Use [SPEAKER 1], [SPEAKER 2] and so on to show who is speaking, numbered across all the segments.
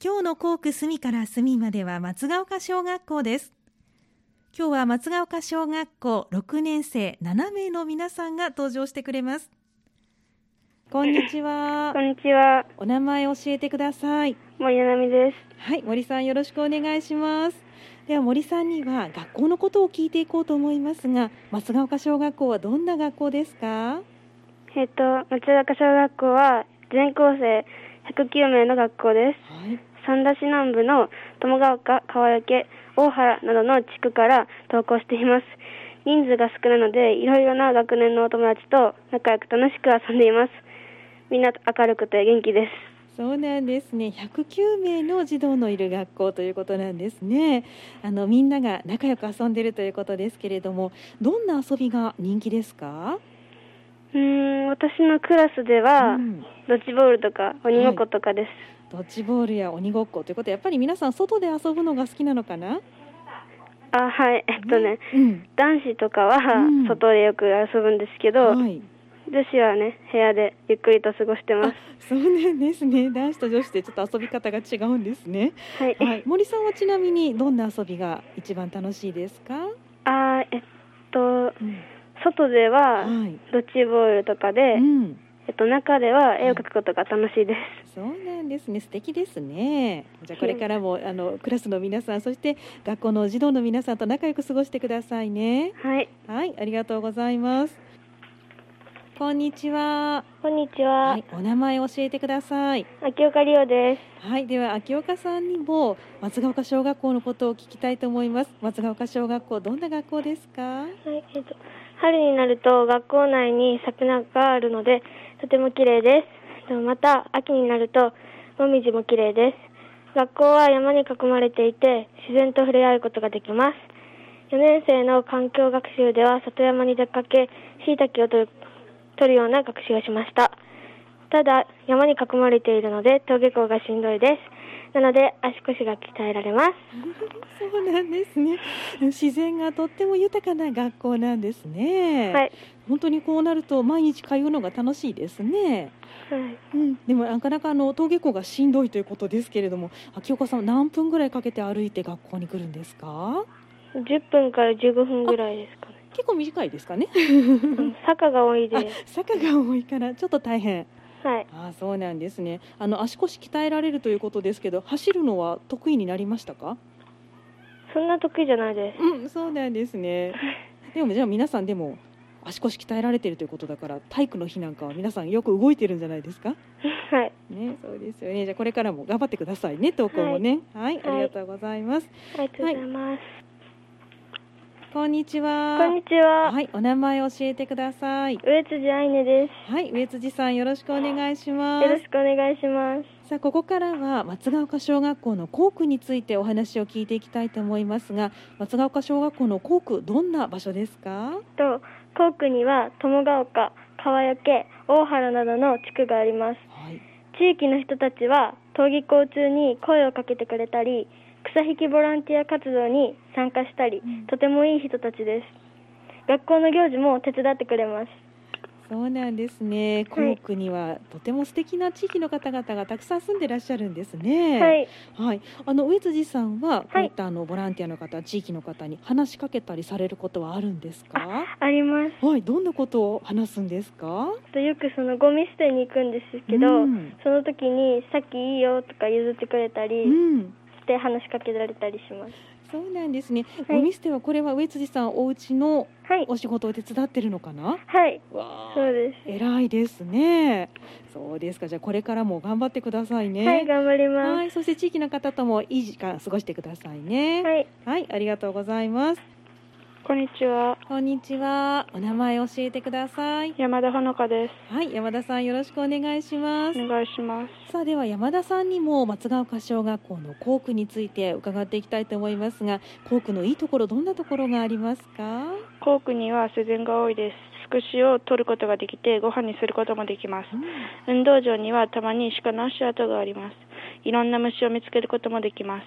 [SPEAKER 1] 今日の校区隅から隅までは松ヶ丘小学校です今日は松ヶ丘小学校6年生7名の皆さんが登場してくれますこんにちは
[SPEAKER 2] こんにちは、
[SPEAKER 1] お名前教えてください
[SPEAKER 2] 森七海です。
[SPEAKER 1] はい森さんよろしくお願いしますでは森さんには学校のことを聞いていこうと思いますが松ヶ丘小学校はどんな学校ですか
[SPEAKER 2] えっ、と、松坂小学校は全校生109名の学校で
[SPEAKER 1] はい
[SPEAKER 2] す。三田市南部の友ヶ丘、川除、大原などの地区から登校しています。人数が少ないので、いろいろな学年のお友達と仲良く楽しく遊んでいます。みんな明るくて元気です。
[SPEAKER 1] そうなんですね。109名の児童のいる学校ということなんですね。あのみんなが仲良く遊んでるということですけれども、どんな遊びが人気ですか？
[SPEAKER 2] うーん、私のクラスでは、
[SPEAKER 1] うん
[SPEAKER 2] ドッジボールとか鬼ごっことかです。
[SPEAKER 1] ドッジボールや鬼ごっこということで、やっぱり皆さん外で遊ぶのが好きなのかな？
[SPEAKER 2] あ、はい、えっとね、
[SPEAKER 1] うん。
[SPEAKER 2] 男子とかは
[SPEAKER 1] うん
[SPEAKER 2] 外でよく遊ぶんですけど、
[SPEAKER 1] はい。
[SPEAKER 2] 女子はね部屋でゆっくりと過ごしてま
[SPEAKER 1] あ
[SPEAKER 2] す、
[SPEAKER 1] そうなんですね。男子と女子でちょっと遊び方が違うんですね。
[SPEAKER 2] はい、
[SPEAKER 1] はい。森さんはちなみにどんな遊びが一番楽しいですか？
[SPEAKER 2] あーえっと
[SPEAKER 1] うん
[SPEAKER 2] 外で
[SPEAKER 1] は
[SPEAKER 2] は
[SPEAKER 1] い。
[SPEAKER 2] ドッジボールとかで、
[SPEAKER 1] うん。
[SPEAKER 2] えっと中では絵を描くことが楽しいです、
[SPEAKER 1] そうなんですね。素敵ですね。じゃあこれからもあのクラスの皆さん、そして学校の児童の皆さんと仲良く過ごしてくださいね。
[SPEAKER 2] はい
[SPEAKER 1] はい、ありがとうございます。こんにちは。
[SPEAKER 2] こんにちは
[SPEAKER 1] はい、お名前教えてください。
[SPEAKER 2] 秋岡里央です
[SPEAKER 1] はい、では秋岡さんにも松ヶ丘小学校のことを聞きたいと思います。松ヶ丘小学校どんな学校ですか？
[SPEAKER 2] はいえっと春になると学校内に桜があるのでとても綺麗ですまた秋になるともみじも綺麗です学校は山に囲まれていて自然と触れ合うことができます4年生の環境学習では里山に出かけしいたけを取る取るような学習をしましたただ山に囲まれているので登下校がしんどいですなので足腰が鍛えられます
[SPEAKER 1] そうなんですね。自然がとっても豊かな学校なんですね。
[SPEAKER 2] はい、
[SPEAKER 1] 本当にこうなると毎日通うのが楽しいですね。
[SPEAKER 2] はい、
[SPEAKER 1] うん、でもなかなかあの登下校がしんどいということですけれども、秋岡さんは何分ぐらいかけて歩いて学校に来るんですか？
[SPEAKER 2] 10分から15分ぐらいですかね
[SPEAKER 1] 結構短いですかね。
[SPEAKER 2] うん坂が多い です
[SPEAKER 1] 坂が多いからちょっと大変。
[SPEAKER 2] はい。
[SPEAKER 1] ああ、そうなんですね。あの足腰鍛えられるということですけど、走るのは得意になりましたか？
[SPEAKER 2] そんな得意じゃない です。
[SPEAKER 1] うん、そうなんですね。 でもじゃあ皆さんでも足腰鍛えられてるということだから、体育の日なんかは皆さんよく動いてるんじゃないですか？
[SPEAKER 2] はい。
[SPEAKER 1] ね、そうですよね。じゃあこれからも頑張ってくださいね、投稿もね。はい、ありがとうございます。
[SPEAKER 2] ありがとうございます。
[SPEAKER 1] こんにちは。
[SPEAKER 2] こんにちは。
[SPEAKER 1] はい、お名前教えてください。
[SPEAKER 2] 上辻愛音です。
[SPEAKER 1] はい、上辻さんよろしくお願いしま
[SPEAKER 2] よろ
[SPEAKER 1] す
[SPEAKER 2] し。くお願いします。
[SPEAKER 1] さあここからは松ヶ丘小学校の校区についてお話を聞いていきたいと思いますが、松ヶ丘小学校の校区どんな場所ですか？
[SPEAKER 2] と、校区には友ヶ丘、川除、大原などの地区があります。
[SPEAKER 1] はい。
[SPEAKER 2] 地域の人たちは、登下校中に声をかけてくれたり、草引きボランティア活動に参加したり
[SPEAKER 1] うん、
[SPEAKER 2] とてもいい人たちです。学校の行事も手伝ってくれます。
[SPEAKER 1] そうなんですね。
[SPEAKER 2] はい
[SPEAKER 1] 校区にはとても素敵な地域の方々がたくさん住んでいらっしゃるんですね。
[SPEAKER 2] は。い。
[SPEAKER 1] はい。あの上辻さんはこう
[SPEAKER 2] はい
[SPEAKER 1] いったあのボランティアの方、地域の方に話しかけたりされることはあるんですか？
[SPEAKER 2] あります。
[SPEAKER 1] はい。どんなことを話すんですか？
[SPEAKER 2] とよくそのゴミ捨てに行くんですけど、
[SPEAKER 1] うん
[SPEAKER 2] その時に「さっきいいよ」とか譲ってくれた
[SPEAKER 1] う
[SPEAKER 2] り
[SPEAKER 1] ん。
[SPEAKER 2] して話しかけられたりします
[SPEAKER 1] そうなんですね。
[SPEAKER 2] はい
[SPEAKER 1] ゴミ捨てはこれは上辻さんお家の
[SPEAKER 2] はい
[SPEAKER 1] お仕事を手伝ってるのかな？
[SPEAKER 2] はい
[SPEAKER 1] わ
[SPEAKER 2] そう
[SPEAKER 1] あ。
[SPEAKER 2] です、
[SPEAKER 1] 偉いですね。そうですか。じゃあこれからも頑張ってくださいね。
[SPEAKER 2] はい頑張りま
[SPEAKER 1] はい。そして地域の方ともいい時間過ごしてくださいね。
[SPEAKER 2] す
[SPEAKER 1] はい。
[SPEAKER 2] はい
[SPEAKER 1] ありがとうございます。
[SPEAKER 2] こんにちは
[SPEAKER 1] こんにちは。お名前教えてください。
[SPEAKER 2] 山田ほのかです
[SPEAKER 1] はい。山田さんよろしくお願いします。
[SPEAKER 2] 願いします
[SPEAKER 1] さあでは山田さんにも松ヶ丘小学校の校区について伺っていきたいと思いますが、校区のいいところどんなところがありますか？
[SPEAKER 3] 校区には自然が多いです。スクシを取ることができてご飯にすることもできます。運動場にはたまに鹿の足跡があります。いろんな虫を見つけることもできます。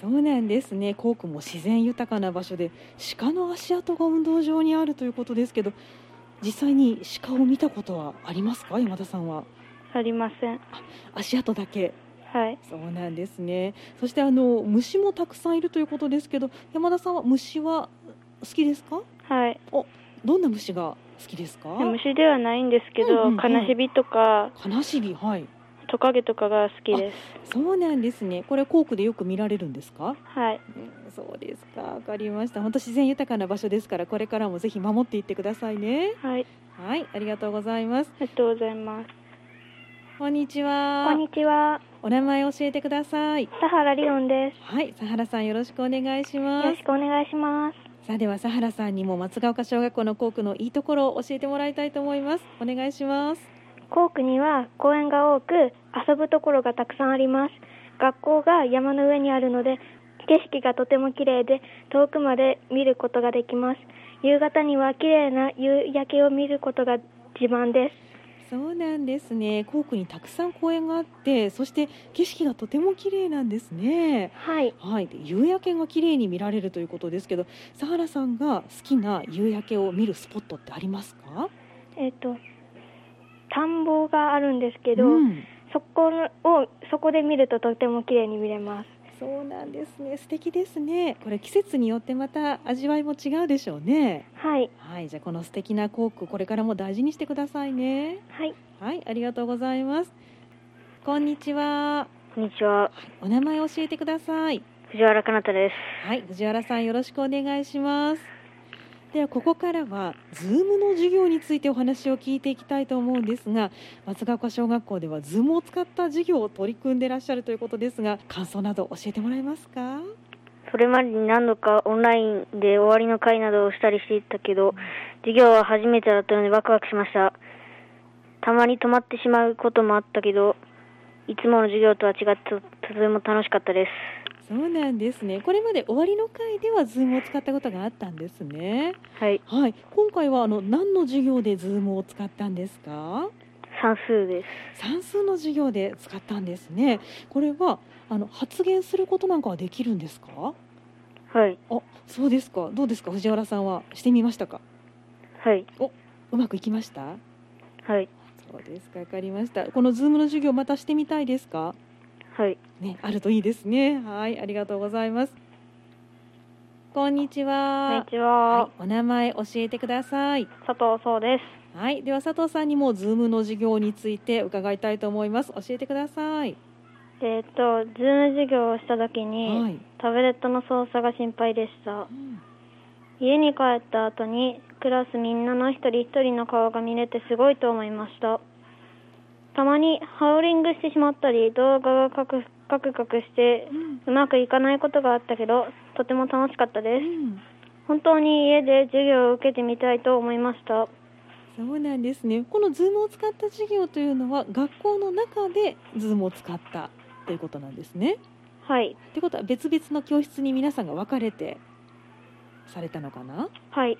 [SPEAKER 1] そうなんですね。校区も自然豊かな場所で鹿の足跡が運動場にあるということですけど、実際に鹿を見たことはありますか、山田さんは？
[SPEAKER 3] ありません。
[SPEAKER 1] 足跡だけ。
[SPEAKER 2] はい。
[SPEAKER 1] そうなんですね。そしてあの虫もたくさんいるということですけど、山田さんは虫は好きですか？
[SPEAKER 2] はい。
[SPEAKER 1] どんな虫が好きですか？
[SPEAKER 2] 虫ではないんですけど、
[SPEAKER 1] うんうんうん
[SPEAKER 2] カナヘビとか
[SPEAKER 1] カナシビはい。
[SPEAKER 2] トカゲとかが好きです。
[SPEAKER 1] そうなんですね。これ航空でよく見られるんですか？
[SPEAKER 2] はい。
[SPEAKER 1] うんそうですか。わかりました。本当自然豊かな場所ですから、これからもぜひ守っていってくださいね。
[SPEAKER 2] はい。
[SPEAKER 1] はい、ありがとうございます。
[SPEAKER 2] ありがとうございます。
[SPEAKER 1] こんにちは。
[SPEAKER 2] こんにちは。
[SPEAKER 1] お名前教えてください。
[SPEAKER 2] サハラリオンです。
[SPEAKER 1] はい、佐原さんよろしくお願いし
[SPEAKER 2] よ
[SPEAKER 1] ま
[SPEAKER 2] ろ
[SPEAKER 1] す
[SPEAKER 2] し。くお願いします。
[SPEAKER 1] さあでは佐原さんにも松ヶ丘小学校の校区のいいところを教えてもらいたいと思います。お願いします。
[SPEAKER 2] 校区には公園が多く遊ぶところがたくさんあります学校が山の上にあるので景色がとても綺麗で遠くまで見ることができます夕方には綺麗な夕焼けを見ることが自慢です
[SPEAKER 1] そうなんですね。校区にたくさん公園があって、そして景色がとても綺麗なんですね。
[SPEAKER 2] はい
[SPEAKER 1] はい、で夕焼けが綺麗に見られるということですけど、佐原さんが好きな夕焼けを見るスポットってありますか？
[SPEAKER 2] えっ、と田んぼがあるんですけど、
[SPEAKER 1] うん
[SPEAKER 2] そこをそこで見るととても綺麗に見れます
[SPEAKER 1] そうなんですね。素敵ですね。これ季節によってまた味わいも違うでしょうね。
[SPEAKER 2] はい
[SPEAKER 1] はい、じゃあこの素敵な校区これからも大事にしてくださいね。
[SPEAKER 2] はい
[SPEAKER 1] はい、ありがとうございます。こんにちは。
[SPEAKER 2] こんにちは
[SPEAKER 1] お名前教えてください。
[SPEAKER 2] 藤原かなたです
[SPEAKER 1] はい、藤原さんよろしくお願いします。ではここからは Zoom の授業についてお話を聞いていきたいと思うんですが、松ヶ丘小学校では Zoom を使った授業を取り組んでいらっしゃるということですが、感想など教えてもらえますか？
[SPEAKER 2] それまでに何度かオンラインで終わりの会などをしたりしていたけど、授業は初めてだったのでワクワクしました。たまに止まってしまうこともあったけど、いつもの授業とは違ってととても楽しかったです。
[SPEAKER 1] そうなんですね。これまで終わりの会では Zoom を使ったことがあったんですね。
[SPEAKER 2] はい、
[SPEAKER 1] はい、今回はあの何の授業で Zoom を使ったんですか？
[SPEAKER 2] 算数です。
[SPEAKER 1] 算数の授業で使ったんですね。これはあの発言することなんかはできるんですか？
[SPEAKER 2] はい、
[SPEAKER 1] あ、そうですか。どうですか、藤原さんはしてみましたか。
[SPEAKER 2] はい、
[SPEAKER 1] うまくいきました。
[SPEAKER 2] はい、
[SPEAKER 1] そうですか。わかりました。このズームの授業またしてみたいですか。
[SPEAKER 2] はい。
[SPEAKER 1] ね、あるといいですね。はい、ありがとうございます。こんにちは。
[SPEAKER 2] ちは
[SPEAKER 1] はい、お名前教えてください。
[SPEAKER 2] 佐藤そうです。
[SPEAKER 1] はい、では佐藤さんにもズームの授業について伺いたいと思います。教えてください。
[SPEAKER 2] えっと、ズーム授業をした時に、
[SPEAKER 1] はい。
[SPEAKER 2] タブレットの操作が心配でした
[SPEAKER 1] う。ん
[SPEAKER 2] 家に帰った後にクラスみんなの一人一人の顔が見れてすごいと思いましたたまにハウリングしてしまったり動画がカクカクカクしてうまくいかないことがあったけどとても楽しかったで
[SPEAKER 1] う
[SPEAKER 2] す
[SPEAKER 1] ん
[SPEAKER 2] 本当に家で授業を受けてみたいと思いました
[SPEAKER 1] そうなんですね。このズームを使った授業というのは学校の中でズームを使ったということなんですね。
[SPEAKER 2] はい
[SPEAKER 1] ってことは別々の教室に皆さんが分かれてされたのかな？
[SPEAKER 2] はい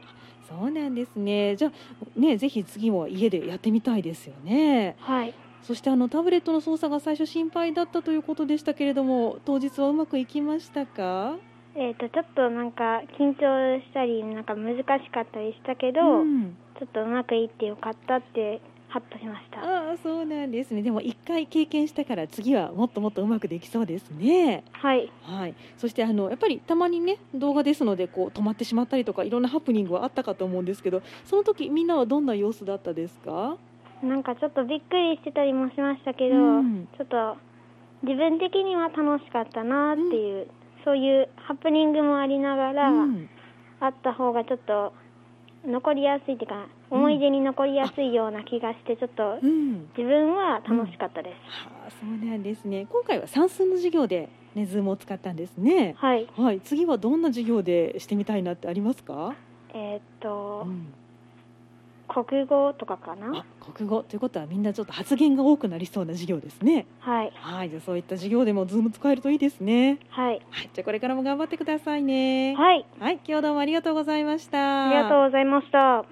[SPEAKER 1] そうなんですね。じゃあねぜひ次は家でやってみたいですよね。
[SPEAKER 2] はい
[SPEAKER 1] そしてあのタブレットの操作が最初心配だったということでしたけれども、当日はうまくいきましたか？
[SPEAKER 2] えっ、とちょっとなんか緊張したりなんか難しかったりしたけど、
[SPEAKER 1] ん
[SPEAKER 2] ちょっとうまくいってよかったってハッとしました
[SPEAKER 1] ああそうなんですね。でも一回経験したから次はもっともっとうまくできそうですね。
[SPEAKER 2] はい
[SPEAKER 1] はい、そしてあのやっぱりたまにね動画ですのでこう止まってしまったりとかいろんなハプニングはあったかと思うんですけどその時みんなはどんな様子だったですか、
[SPEAKER 2] なんかちょっとびっくりしてたりもしましたけど、
[SPEAKER 1] うん
[SPEAKER 2] ちょっと自分的には楽しかったなっていう、そういうハプニングもありながら、
[SPEAKER 1] うん
[SPEAKER 2] あった方がちょっと残りやすいっていうか、
[SPEAKER 1] うん
[SPEAKER 2] 思い出に残りやすいような気がしてちょっと
[SPEAKER 1] うん、
[SPEAKER 2] 自分は楽しかったです、
[SPEAKER 1] はあそうなんですね今回は算数の授業で、ね、ズームを使ったんですね、
[SPEAKER 2] はい
[SPEAKER 1] はい、次はどんな授業でしてみたいなってありますか、
[SPEAKER 2] えーっ
[SPEAKER 1] う
[SPEAKER 2] と、
[SPEAKER 1] ん、
[SPEAKER 2] 国語とかか
[SPEAKER 1] あ
[SPEAKER 2] な
[SPEAKER 1] 国語ということはみんなちょっと発言が多くなりそうな授業ですね
[SPEAKER 2] はい
[SPEAKER 1] はいじゃあそういった授業でもズーム使えるといいですね
[SPEAKER 2] はい
[SPEAKER 1] はいじゃあこれからも頑張ってくださいね
[SPEAKER 2] はい
[SPEAKER 1] はい、今日どうもありがとうございました。
[SPEAKER 2] ありがとうございました